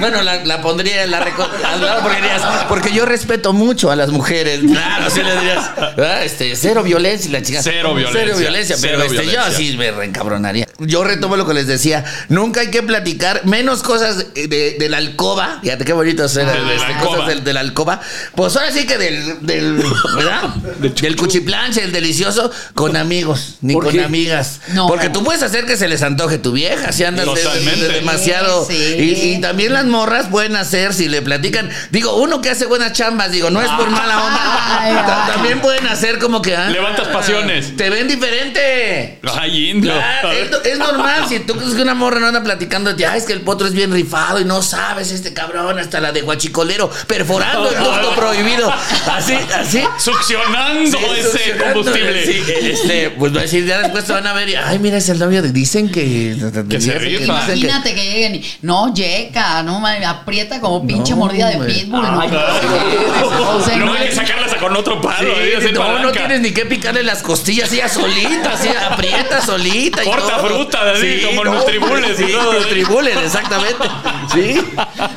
B: Bueno, la, la pondría, la reco-
A: [LAUGHS]
B: al lado porque dirías, porque yo respeto mucho a las mujeres. Claro, sí le dirías. ah, Este, cero violencia y la chica.
A: Cero violencia,
B: Cero violencia, pero
A: cero
B: este,
A: violencia.
B: yo sí me reencabronaría. Yo retomo lo que les decía. Nunca hay que platicar menos cosas de, de- de la alcoba. Fíjate qué bonito ser
A: De la alcoba.
B: cosas del- de la alcoba. Pues ahora sí que del, del ¿verdad? del cuchiplanche, el delicioso, con amigos, ni
D: ¿Por
B: con
D: qué?
B: amigas.
C: No.
B: Porque tú puedes hacer que se les antoje tu vieja, si andas de- de-
A: Totalmente.
B: de- demasiado.
C: Sí, sí.
B: Y, y también las morras pueden hacer, si le platican. Digo, uno que hace buenas chambas, digo, no es por mala
C: Ah, Ay,
B: onda. Ta-
C: ay.
B: También pueden hacer como que. ah,
A: Levantas pasiones.
B: Te ven diferente.
A: Ay, indio.
B: Claro, es, es normal, si tú crees que una morra no anda platicando de ti, "Ay, es que el potro es bien rifado y no sabes, este cabrón, hasta la de guachicolero, perforando el ducto prohibido. Así, así.
A: Succionando
B: Sí,
A: ese
B: succionando,
A: combustible.
B: sí, este, pues va a decir, ya después te van a ver y, ay, mira, es el novio de. Dicen que.
A: Que se
B: dicen
A: rifa.
B: dicen que-
C: Imagínate que lleguen y. No, yeca, no mames, aprieta como pinche
B: No,
C: mordida de
B: güey.
C: pitbull. no,
D: Ay, claro.
C: O sea,
A: no
C: no
A: hay que
C: es-
A: sacarlas con otro
B: Sí,
A: palo. ahí, así,
B: no, no
A: palanca.
B: tienes ni que picarle las costillas, ella solita, así aprieta solita. y
A: Corta
B: todo.
A: fruta, así, como los tribules y
B: Sí,
A: todo,
B: los
A: ¿eh? [LAUGHS]
B: tribules, exactamente. Sí.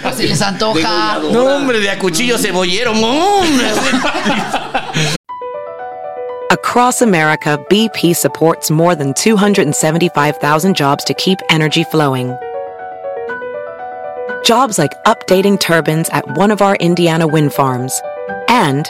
C: pues, si les antoja.
B: No, hombre, de a
A: Mm.
B: cuchillo cebollero, no, hombre.
F: Across America, BP supports more than 275,000 jobs to keep energy flowing. Jobs like updating turbines at one of our Indiana wind farms and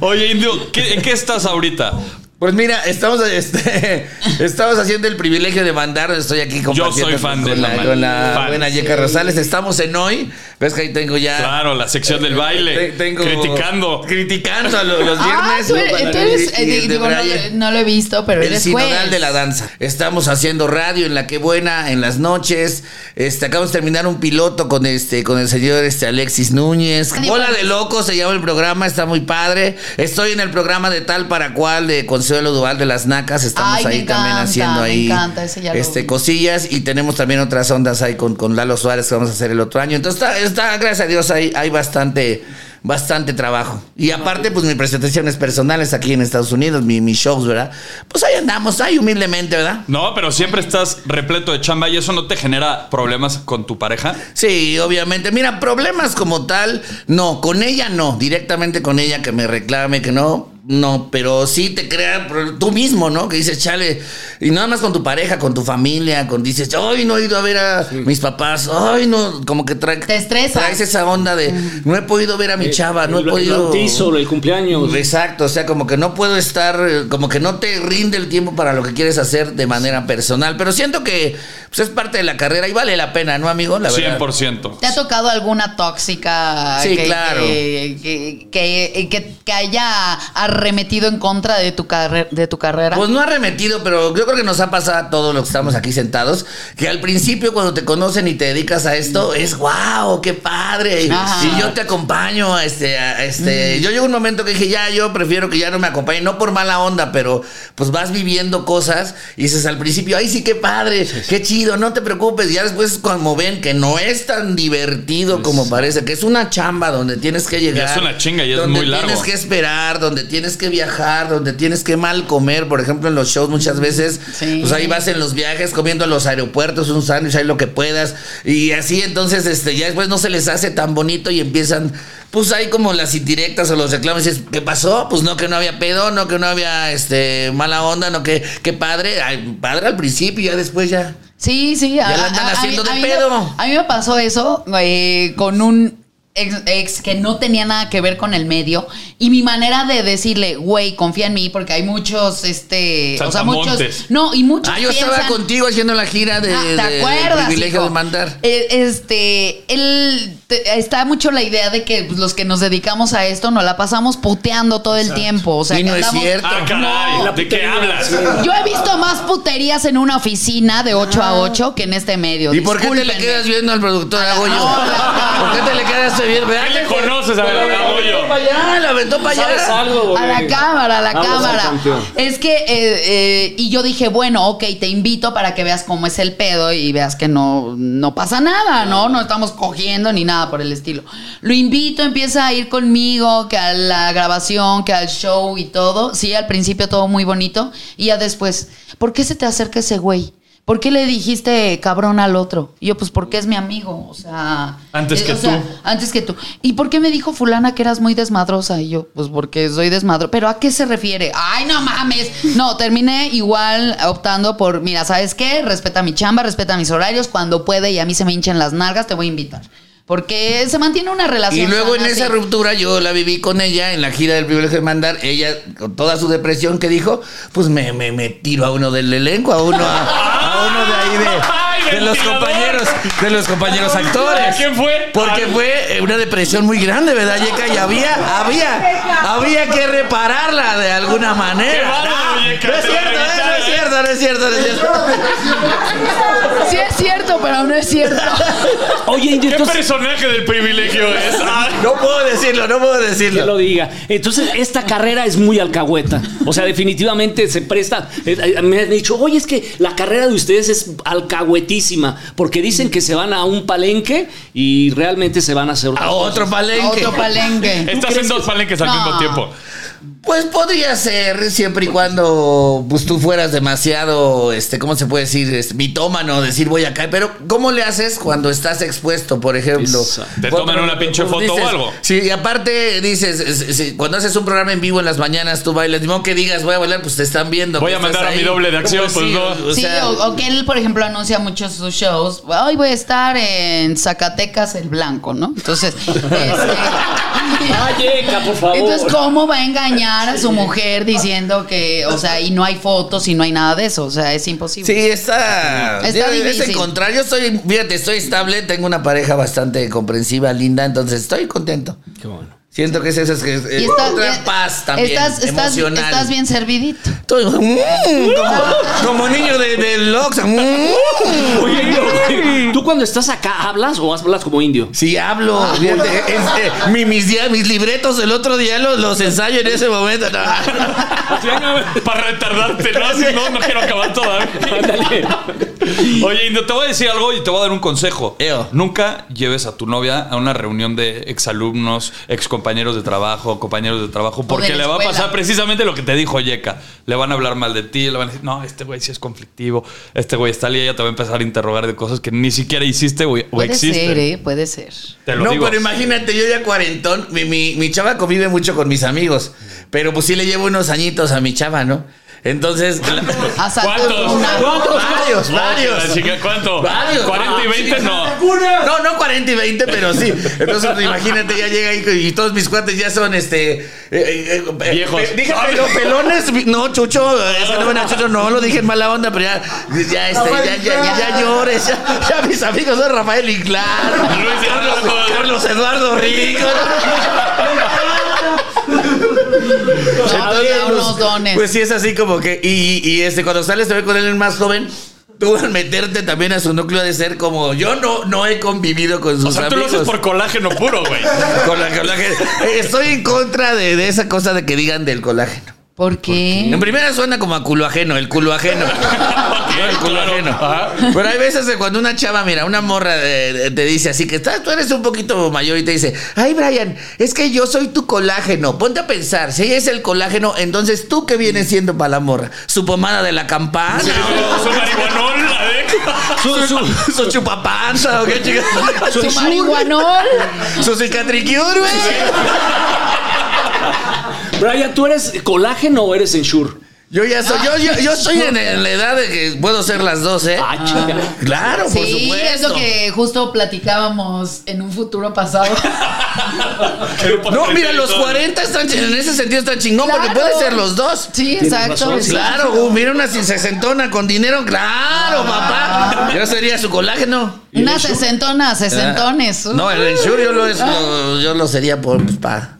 A: Oye, Indio, ¿qué- ¿en qué estás ahorita?
B: Pues mira, estamos, este, [LAUGHS] estamos haciendo el privilegio de mandar. Estoy aquí compartiendo
A: soy fan
B: con
A: de
B: la,
A: Norman.
B: con la
A: Fan.
B: buena Yeca Rosales. Estamos en hoy. Ves que ahí tengo ya.
A: Claro, la sección del baile.
B: eh, Te- tengo-
A: Criticando.
B: Criticando a lo- los
C: Ah,
B: viernes.
C: tú eres, tú eres-
B: Y
C: eh,
B: el de
C: digo, no,
B: Brian.
C: lo- no lo he visto, pero
B: El
C: eres
B: sinodal
C: juez.
B: de la danza. Estamos haciendo radio en la que buena, en las noches. Este, acabamos de terminar un piloto con este, con el señor este Alexis Núñez.
C: Adiós.
B: Bola de locos se llama el programa, está muy padre. Estoy en el programa de tal para cual de Consuelo Duval de las Nacas. Estamos
C: Ay, me
B: ahí también
C: encanta,
B: haciendo
C: me
B: ahí
C: encanta, ese ya lo
B: este
C: vi.
B: cosillas. Y tenemos también otras ondas ahí con, con Lalo Suárez que vamos a hacer el otro año. Entonces está, está gracias a Dios, hay, hay bastante. bastante trabajo. Y aparte, pues mis presentaciones personales aquí en Estados Unidos, mi- mis shows, ¿verdad? Pues ahí andamos, ahí humildemente, ¿verdad?
A: No, pero siempre estás repleto de chamba y eso no te genera problemas con tu pareja.
B: Sí, obviamente. Mira, problemas como tal, no, con ella no, directamente con ella que me reclame, que no, no, pero sí te crea pro- tú mismo, ¿no? Que dices, chale, y nada más con tu pareja, con tu familia, con dices, ay, no he ido a ver a mis papás, ay, no, como que trae,
C: Te estresas. Mm.
B: traes esa onda de, no he podido ver a mi chava, no he
D: Eh, el,
B: podido...
D: bautizo, el cumpleaños.
B: Exacto, o sea, como que no puedo estar, eh, como que no te rinde el tiempo para lo que quieres hacer de manera personal, pero siento que pues, es parte de la carrera y vale la pena, ¿no, amigo? La verdad.
A: 100%.
C: ¿Te ha tocado alguna tóxica
B: Sí,
C: que,
B: claro.
C: que, que- que- que- que haya arremetido en contra de tu, carre- de tu carrera?
B: Pues no arremetido, pero yo creo que nos ha pasado a todos los que estamos aquí sentados, que al principio cuando te conocen y te dedicas a esto, es wow, qué padre.
C: Ajá.
B: Y yo te acompaño a este, a este. Yo llego un momento que dije, ya, yo prefiero que ya no me acompañen, no por mala onda, pero pues vas viviendo cosas y dices al principio, ay sí, qué padre, qué chido, no te preocupes. Y ya después como ven que no es tan divertido como parece, que es una chamba donde tienes que llegar.
A: una chinga y es
B: donde
A: muy largo.
B: tienes que esperar, donde tienes que viajar, donde tienes que mal comer. Por ejemplo, en los shows muchas veces,
C: Sí.
B: pues ahí vas en los viajes comiendo en los aeropuertos un sándwich, ahí lo que puedas. Y así, entonces, este, ya después no se les hace tan bonito y empiezan, pues ahí como las indirectas o los reclamos. Y dices, ¿qué pasó? Pues no, que no había pedo, no, que no había este, mala onda, no, que, que padre. Ay, padre al principio, ya después ya.
C: Sí, sí.
B: Ya la andan haciendo de
C: mí me-
B: pedo.
C: a mí me pasó eso eh, con un ex, ex que no tenía nada que ver con el medio. Y mi manera de decirle, güey, confía en mí, porque hay muchos, este. O sea,
A: Saltamontes.
C: muchos. No, y muchos.
B: Ah, yo estaba
C: piensan-
B: contigo haciendo la gira de,
C: Ah,
B: de- del privilegio
C: hijo?
B: de mandar.
C: Eh, Este, él te- está mucho la idea de que pues, los que nos dedicamos a esto nos la pasamos puteando todo el tiempo. O sea,
B: Y
C: que
B: no es
C: andamos-
B: cierto.
A: Ah, caray,
D: No.
A: ¿de qué
D: La
A: hablas?
D: putería, sí.
C: Yo he visto más puterías en una oficina de 8 a 8 que en este medio.
B: ¿Y por qué te le
C: Discúlpenme.
B: quedas viendo al productor Agoyo?
C: hora.
B: ¿Por qué te le quedas viendo? ¿Verdad
A: ¿Qué le
B: que-
A: conoces a
B: Pero
A: ver,
B: la
A: Agoyo?
B: aventó para allá, la aventó para
D: ¿Sabes
B: allá.
D: algo, güey?
C: A la cámara, a la
D: Vamos al
C: cámara.
D: campeón.
C: Es que, eh, eh, y yo dije, bueno, ok, te invito para que veas cómo es el pedo y veas que no, no pasa nada, ¿no? No estamos cogiendo ni nada por el estilo. Lo invito, empieza a ir conmigo, que a la grabación, que al show y todo. Sí, al principio todo muy bonito. Y ya después, ¿por qué se te acerca ese güey? ¿Por qué le dijiste cabrón al otro? Y yo, pues porque es mi amigo, o sea...
A: Antes
C: eh,
A: que
C: o sea,
A: tú.
C: antes que tú. ¿Y por qué me dijo fulana que eras muy desmadrosa? Y yo, pues porque soy desmadro. ¿Pero a qué se refiere? Ay, no mames. No, terminé igual optando por, mira, ¿sabes qué? Respeta mi chamba, respeta mis horarios. Cuando puede y a mí se me hinchan las nalgas, te voy a invitar. Porque se mantiene una relación.
B: Y luego en
C: sana,
B: esa
C: sí.
B: ruptura yo la viví con ella en la gira del privilegio de mandar. Ella, con toda su depresión que dijo, pues me, me, me tiro a uno del elenco, a uno, a, a uno de ahí
A: ¡Ay,
B: de, de los
A: ventilador!
B: compañeros, de los compañeros actores.
A: ¿Quién fue?
B: Porque
A: Al-
B: fue eh, una depresión muy grande, ¿verdad, Yeka? Y había, había, había que repararla de alguna
A: ¡Qué
B: manera.
A: bárbaro, Yeka!
B: No es
A: Te la
B: cierto, eh, no es
A: aventaron.
B: cierto, no es cierto, no es cierto.
C: Sí es cierto, pero no
B: [LAUGHS]
C: es cierto.
D: Oye, y
A: ¿Qué
D: entonces.
A: personaje del privilegio
B: [LAUGHS]
A: es? Ay.
B: No puedo decirlo, no puedo
D: que lo
B: decirlo.
D: diga. Entonces, esta carrera es muy alcahueta. O sea, definitivamente se presta. eh, eh, Me han dicho, oye, es que la carrera de ustedes es alcahuetísima, porque dicen que se van a un palenque y realmente se van a hacer otra
B: A
D: cosa.
B: otro palenque.
C: Otro palenque.
A: Estás en dos palenques al
C: No.
A: mismo tiempo.
B: Pues podría ser siempre y cuando pues, tú fueras demasiado, este, ¿cómo se puede decir? Este, mitómano, decir voy acá. Pero ¿cómo le haces cuando estás expuesto, por ejemplo?
D: Exacto.
A: ¿Te
B: Cuando-
A: toman una pinche foto o
B: dices-
A: algo?
B: Sí, y aparte dices, es- es- cuando haces un programa en vivo en las mañanas, tú bailas. Ni modo que digas voy a bailar, pues te están viendo.
A: Voy
B: que
A: a
B: estás
A: mandar a mi
B: ahí.
A: doble de acción,
B: Sí,
A: pues, no.
B: o
C: sí,
B: sea,
C: o, o que él, por ejemplo, anuncia muchos sus shows. Hoy voy a estar en Zacatecas el Blanco, ¿no?
B: [LAUGHS]
C: Entonces, este-
D: Ah, Yeca, por favor.
C: Entonces, ¿cómo va a engañar a su mujer diciendo que, o sea, y no hay fotos y no hay nada de eso? O sea, es imposible.
B: Sí, está.
C: Está
B: ya es
C: difícil.
B: encontrar. Yo estoy, fíjate, estoy estable, tengo una pareja bastante comprensiva, linda, entonces estoy contento.
D: Qué bueno.
B: Siento que es esas que es
C: Y
B: es
C: estás-
B: otra
C: eh,
B: paz también.
C: Estás, estás,
B: emocional.
C: estás bien servidito.
B: Estoy- mm, como, como niño de, de Lox. mm.
D: Oye, pero, ¿tú cuando estás acá hablas o hablas como indio?
B: Sí, hablo. fíjate, es- eh, mi- mis, días- mis libretos del otro día los, los ensayo en ese momento. no.
A: [LAUGHS] Para retardarte,
B: [LAUGHS]
A: ¿no? Así, no, no quiero acabar todavía.
D: Ándale.
A: Oye, Indio, te voy a decir algo y te voy a dar un consejo.
B: Eo.
A: Nunca lleves a tu novia a una reunión de exalumnos, compañeros de trabajo, compañeros de trabajo, porque
C: la
A: le va a
C: escuela.
A: pasar precisamente lo que te dijo Yeka. Le van a hablar mal de ti, le van a decir, no, este güey sí es conflictivo, este güey está liado, ya te va a empezar a interrogar de cosas que ni siquiera hiciste o, o
C: Puede
A: existen.
C: ser, ¿eh? Puede ser.
A: Te lo
B: No,
A: digo.
B: pero
A: [LAUGHS]
B: imagínate, yo ya cuarentón, mi, mi, mi chava convive mucho con mis amigos, pero pues sí le llevo unos añitos a mi chava, ¿no?
A: [LAUGHS]
B: Entonces,
C: Asaltó
A: ¿Cuántos?
C: una.
A: ¿Cuántos?
B: Varios,
A: No,
B: varios.
A: que la chica, ¿Cuánto?
B: Varios.
A: ¿40 y 20? No.
B: No, no 40 y 20, pero sí. Entonces, imagínate, ya llega ahí y todos mis cuates ya son este. eh, eh, eh,
A: Viejos.
B: pe- Dije, pero pelones. vi- No, Chucho, esa no, bueno, Chucho, no, lo dije en mala onda, pero ya, ya, este, ya, ya, ya, llores. Ya, ya mis amigos son Rafael Inclán,
A: Luis
B: Carlos,
A: Eduardo.
B: Carlos Eduardo Rico.
C: Había
B: pues,
C: unos dones.
B: Pues sí, es así como que. Y, y, este, cuando sales te ve con él el más joven. Tú al meterte también a su núcleo de ser como yo no, no he convivido con sus
A: O sea, tú lo
B: amigos.
A: haces por colágeno puro, güey.
B: [LAUGHS] Con la- con la que- eh, Estoy en contra de, de esa cosa de que digan del colágeno.
C: ¿Por qué?
B: En primera suena como a culo ajeno, el
A: [LAUGHS]
B: culo ajeno. No, el culo
A: Claro.
B: ajeno.
A: Ajá.
B: Pero hay veces que cuando una chava, mira, una morra eh, eh, te dice así que estás, tú eres un poquito mayor y te dice, ay Brian, es que yo soy tu colágeno. Ponte a pensar, si ella es el colágeno, entonces tú qué vienes siendo para la morra. Su pomada de la campana.
A: Su marihuanol, la de-
B: Su, su- su chupapanza o
A: [LAUGHS]
B: qué chica.
C: ¿Su marihuanol?
B: Su cicatricure, güey.
D: Brian, ¿tú eres colágeno o eres ensure?
B: Yo ya soy, yo, yo, yo soy en, en la edad de que puedo ser las dos, ¿eh?
D: Ah, chica.
B: Claro, por
C: Sí,
B: supuesto.
C: es lo que justo platicábamos en un
B: [LAUGHS]
C: futuro pasado.
B: No, mira, los 40 están chi- en ese sentido están chingón porque
C: Claro.
B: pueden ser los dos.
C: Sí,
D: Tienes
C: exacto.
D: razón,
C: sí.
B: Claro, uh, mira una sin sesentona con dinero, claro, papá. Yo sería su colágeno.
C: Una sesentona, sesentones.
B: Ah.
C: Uh.
B: No, el ensure yo lo, es- lo- yo lo sería por pues, para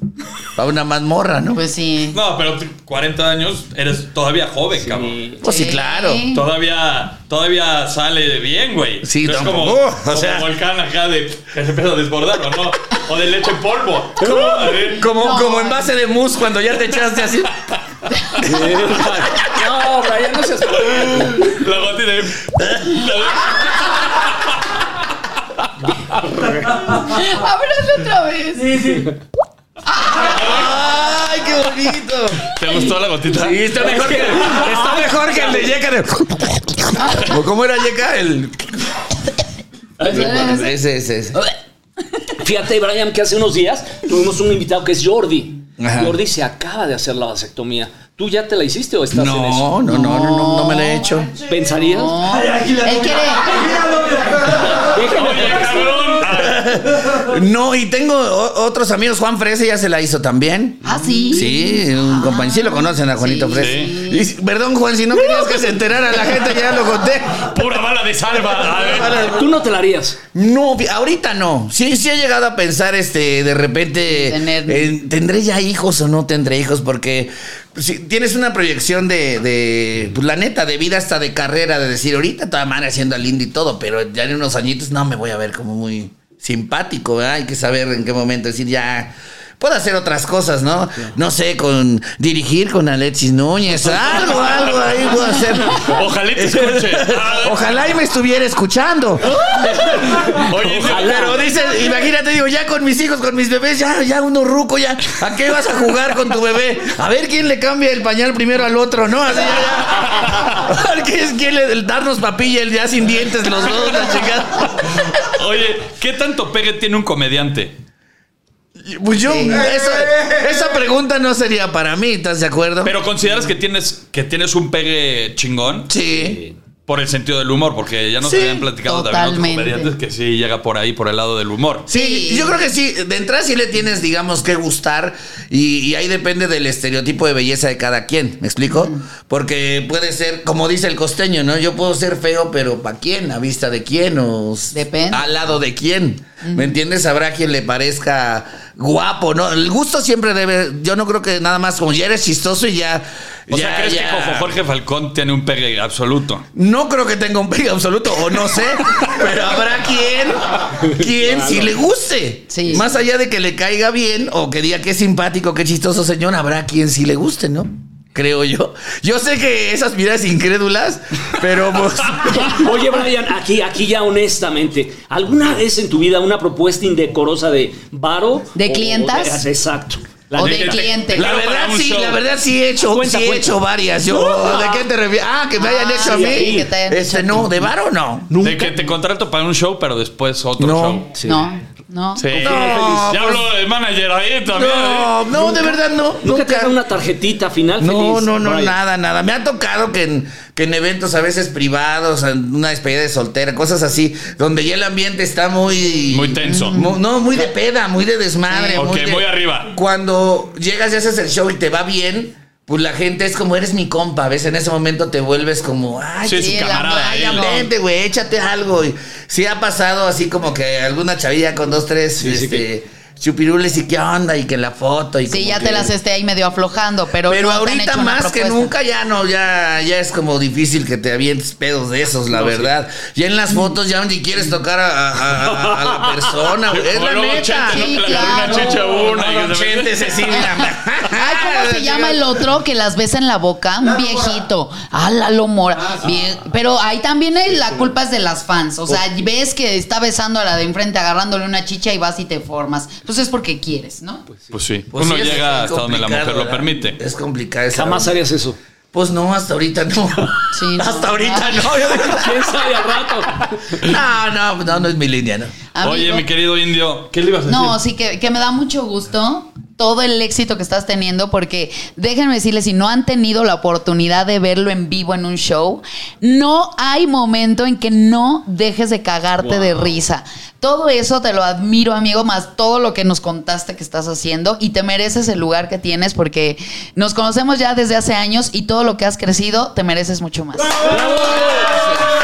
B: una mazmorra, ¿no?
C: Pues sí.
A: No, pero t- 40 años eres todavía joven, cabrón.
B: Pues sí,
C: Sí.
B: claro.
A: Todavía, todavía sale bien, güey.
B: Sí,
A: No es
B: tampoco,
A: como,
B: o
A: como
B: sea.
A: volcán acá de que se empieza a desbordar o no. O de leche en polvo. A ver.
B: Como,
C: No.
B: como envase de mousse cuando ya te echaste así.
D: No, Brian, no seas.
A: [LAUGHS] La gota de.
C: [LAUGHS] Ábrelo otra vez.
B: ¡Ay, qué bonito!
A: ¿Te gustó la gotita?
B: Sí, está mejor que, está mejor que el de Yeka. de- ¿O ¿Cómo era Yeka? El... Ese, ese, ese.
D: Fíjate, Brian, que hace unos días tuvimos un invitado que es Jordi.
B: Ajá.
D: Jordi se acaba de hacer la vasectomía. ¿Tú ya te la hiciste o estás en
B: No,
D: eso?
B: no, no, no, no, no me lo he hecho.
D: ¿Pensarías?
C: No. Él quiere.
D: Déjame
A: Oye, cabrón. Ah,
B: No, y tengo o- otros amigos, Juan Frese ya se la hizo también.
C: Ah, sí.
B: Sí, un compañero. Sí lo conocen a Juanito
C: Sí.
B: Frese. Y- perdón, Juan, si no querías que se enterara la gente, ya lo conté.
A: pura bala de salva. A ver.
D: Tú no te la harías. [LAUGHS]
B: No, fi- ahorita no. Sí, sí he llegado a pensar, este, de repente,
C: Tener-
B: eh, ¿tendré ya hijos o no tendré hijos? Porque pues, si tienes una proyección de, de, pues, la neta, de vida hasta de carrera, de decir, ahorita toda madre haciendo al indie y todo, pero ya en unos añitos, no, me voy a ver como muy simpático, ¿verdad? Hay que saber en qué momento decir, ya... Puedo hacer otras cosas, ¿no? No sé, con dirigir con Alexis Núñez, algo, algo ahí puedo hacer.
A: Ojalá y te escuche. Ah,
B: Ojalá y me estuviera escuchando.
A: Oye,
B: Pero dices, imagínate, digo, ya con mis hijos, con mis bebés, ya, ya uno ruco, ya. ¿A qué vas a jugar con tu bebé? A ver quién le cambia el pañal primero al otro, ¿no? Así ya, ya. A ver quién, es- quién le el darnos papilla el día sin dientes los dos, la chingada.
A: Oye, ¿qué tanto pegue tiene un comediante?
B: Pues yo, esa, esa pregunta no sería para mí, ¿estás de acuerdo?
A: Pero consideras que tienes, que tienes un pegue chingón
B: sí.
A: por el sentido del humor, porque ya nos
B: Sí,
A: habían platicado también
C: totalmente.
A: otros comediantes que sí llega por ahí, por el lado del humor.
B: Sí,
C: Sí.
B: yo creo que sí, de entrada sí le tienes, digamos, que gustar y, y ahí depende del estereotipo de belleza de cada quien, ¿me explico? Porque puede ser, como dice el costeño, ¿no? Yo puedo ser feo, pero ¿para quién? ¿A vista de quién? ¿O s-
C: Depende.
B: al lado de quién? ¿Me entiendes? Habrá quien le parezca guapo, ¿no? El gusto siempre debe, yo no creo que nada más como ya eres chistoso y ya...
A: O
B: ya-
A: sea, ¿crees
B: ya-
A: que Jojo- Jorge Falcón tiene un pegue absoluto?
B: no creo que tenga un pegue absoluto, o no sé, pero habrá quien, quien si le guste.
C: Sí.
B: Más allá de que le caiga bien o que diga que es simpático, que chistoso señor, habrá quien si le guste, ¿no? creo yo. Yo sé que esas miradas incrédulas, pero pues...
D: Oye, Brian, aquí, aquí ya honestamente, ¿alguna vez en tu vida una propuesta indecorosa de varo?
C: ¿De
D: o-
C: clientas?
D: de- exacto. La
C: O
D: neta.
C: de cliente.
B: La
A: Claro,
B: verdad
A: para un
B: sí,
A: show.
B: la verdad sí he hecho,
D: Cuenta,
B: sí he
D: cuenta.
B: hecho varias. Yo, ¿de qué te refieres? Ah, que me hayan
C: Ah,
B: hecho a
C: sí,
B: mí.
C: que te hayan hecho a
B: este
C: ti.
B: no, de varo no.
A: De que te contrato para un show, pero después otro
B: No.
A: show.
C: No, no.
A: Sí.
B: No,
A: ya
B: pues-
A: habló el manager ahí también. ¿eh?
B: No, no, de verdad no.
D: Nunca te hagan una tarjetita final
B: No,
D: feliz,
B: no, no,
D: Brian?
B: nada, nada. Me ha tocado que en, que en eventos a veces privados, en una despedida de soltera, cosas así, donde ya el ambiente está muy...
A: Muy tenso.
B: mu- no, muy de peda, muy de desmadre.
A: Ok,
B: de-
A: muy arriba.
B: Cuando llegas y haces el show y te va bien, pues la gente es como, eres mi compa, ¿ves? En ese momento te vuelves como, ay,
A: Sí,
B: qué
A: su
C: Sí, la
A: camarada.
C: playa,
A: él.
C: no.
B: Vente, güey, échate algo. Y sí ha pasado así como que alguna chavilla con dos, tres,
D: Sí, sí,
B: este, chupirules y qué onda, y que la foto y
C: Sí,
B: como
C: ya
B: que-
C: te las esté ahí medio aflojando, pero.
B: Pero
C: no te han
B: ahorita
C: hecho una
B: más que
C: propuesta.
B: nunca ya no, ya, ya es como difícil que te avientes pedos de esos, la verdad. Ya en las fotos ya ni quieres tocar a, a- a-
A: [LAUGHS]
B: a la persona, güey. Es
A: O
B: la
A: luego
B: neta.
A: Chente,
C: Sí,
A: ¿no?
C: claro.
A: Una chicha una. y que
B: No,
A: se me- [LAUGHS]
B: Chente, Cecilia.
C: Ay,
B: pues,
C: ¿cómo se llama el otro que las besa en la boca? Un viejito. Ah, Lalo Mora. Bien. Pero ahí también el- la culpa es de las fans. O sea, ves que está besando a la de enfrente, agarrándole una chicha y vas y te formas. Pues es porque quieres, ¿no?
A: Pues sí.
B: Pues
A: Uno
B: sí, es
A: llega hasta donde la
B: complicado,
A: mujer lo
B: ¿verdad?
A: permite.
B: Es complicado. esa
D: Jamás
B: onda.
D: harías eso. [LAUGHS]
B: Pues no, hasta ahorita no.
C: Sí, no. Ah,
B: hasta ahorita no. Yo digo,
D: ¿Quién sabe al rato?
B: no, no, no, no es mi línea, ¿no?
C: Amigo.
A: Oye, mi querido indio, ¿qué le ibas a decir?
C: No, sí que, que me da mucho gusto todo el éxito que estás teniendo porque déjenme decirles, si no han tenido la oportunidad de verlo en vivo en un show, no hay momento en que no dejes de cagarte de risa. Todo eso te lo admiro, amigo, más todo lo que nos contaste que estás haciendo y te mereces el lugar que tienes porque nos conocemos ya desde hace años y todo lo que has crecido te mereces mucho más.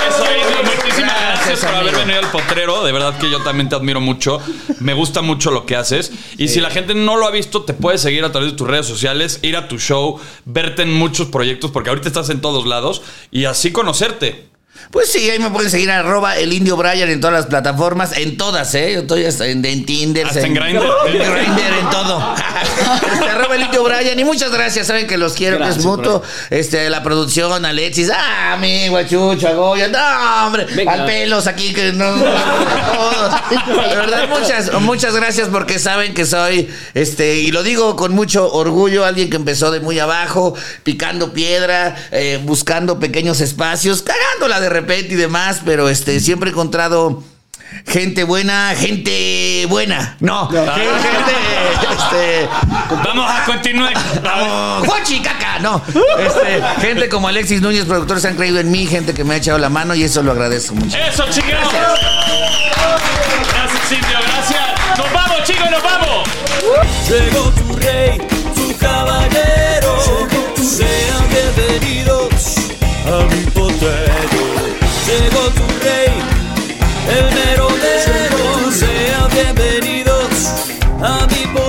A: Eso, Indio, muchísimas gracias,
B: Gracias,
A: por haber
B: amigo.
A: venido al potrero. De verdad que yo también te admiro mucho. Me gusta mucho lo que haces. Y si la gente no lo ha visto, te puedes seguir a través de tus redes sociales, ir a tu show, verte en muchos proyectos, porque ahorita estás en todos lados, y así conocerte.
B: Pues sí, ahí me pueden seguir arroba el indio Brian en todas las plataformas, en todas, ¿eh? Yo estoy hasta en, en Tinder,
A: Hasta en Grindr.
B: en [LAUGHS] Grindr, en todo. Este, arroba el indio Brian y muchas gracias, saben que los quiero, que
D: Gracias,
B: es mutuo. Este, la producción, Alexis, ah, mi guachucho, a Goya, no, hombre,
D: Venga.
B: al pelos aquí, que no, todos. De verdad, muchas, muchas gracias porque saben que soy, este, y lo digo con mucho orgullo, alguien que empezó de muy abajo, picando piedra, eh, buscando pequeños espacios, cagándola de repente y demás, pero este, siempre he encontrado gente buena, gente buena. No, Ah, gente, este,
A: Vamos ah, a continuar.
B: Vamos, Juanchi, caca, no. Este, gente como Alexis Núñez, productores, han creído en mí, gente que me ha echado la mano y eso lo agradezco mucho.
A: Eso, chicos.
B: Gracias.
A: Gracias, Indio, gracias. Nos vamos, chicos, nos vamos.
E: Llegó tu rey, tu caballero. Sean bienvenidos a mi potrero. Llegó tu rey, el merodero. Sean bienvenidos a mi potrero.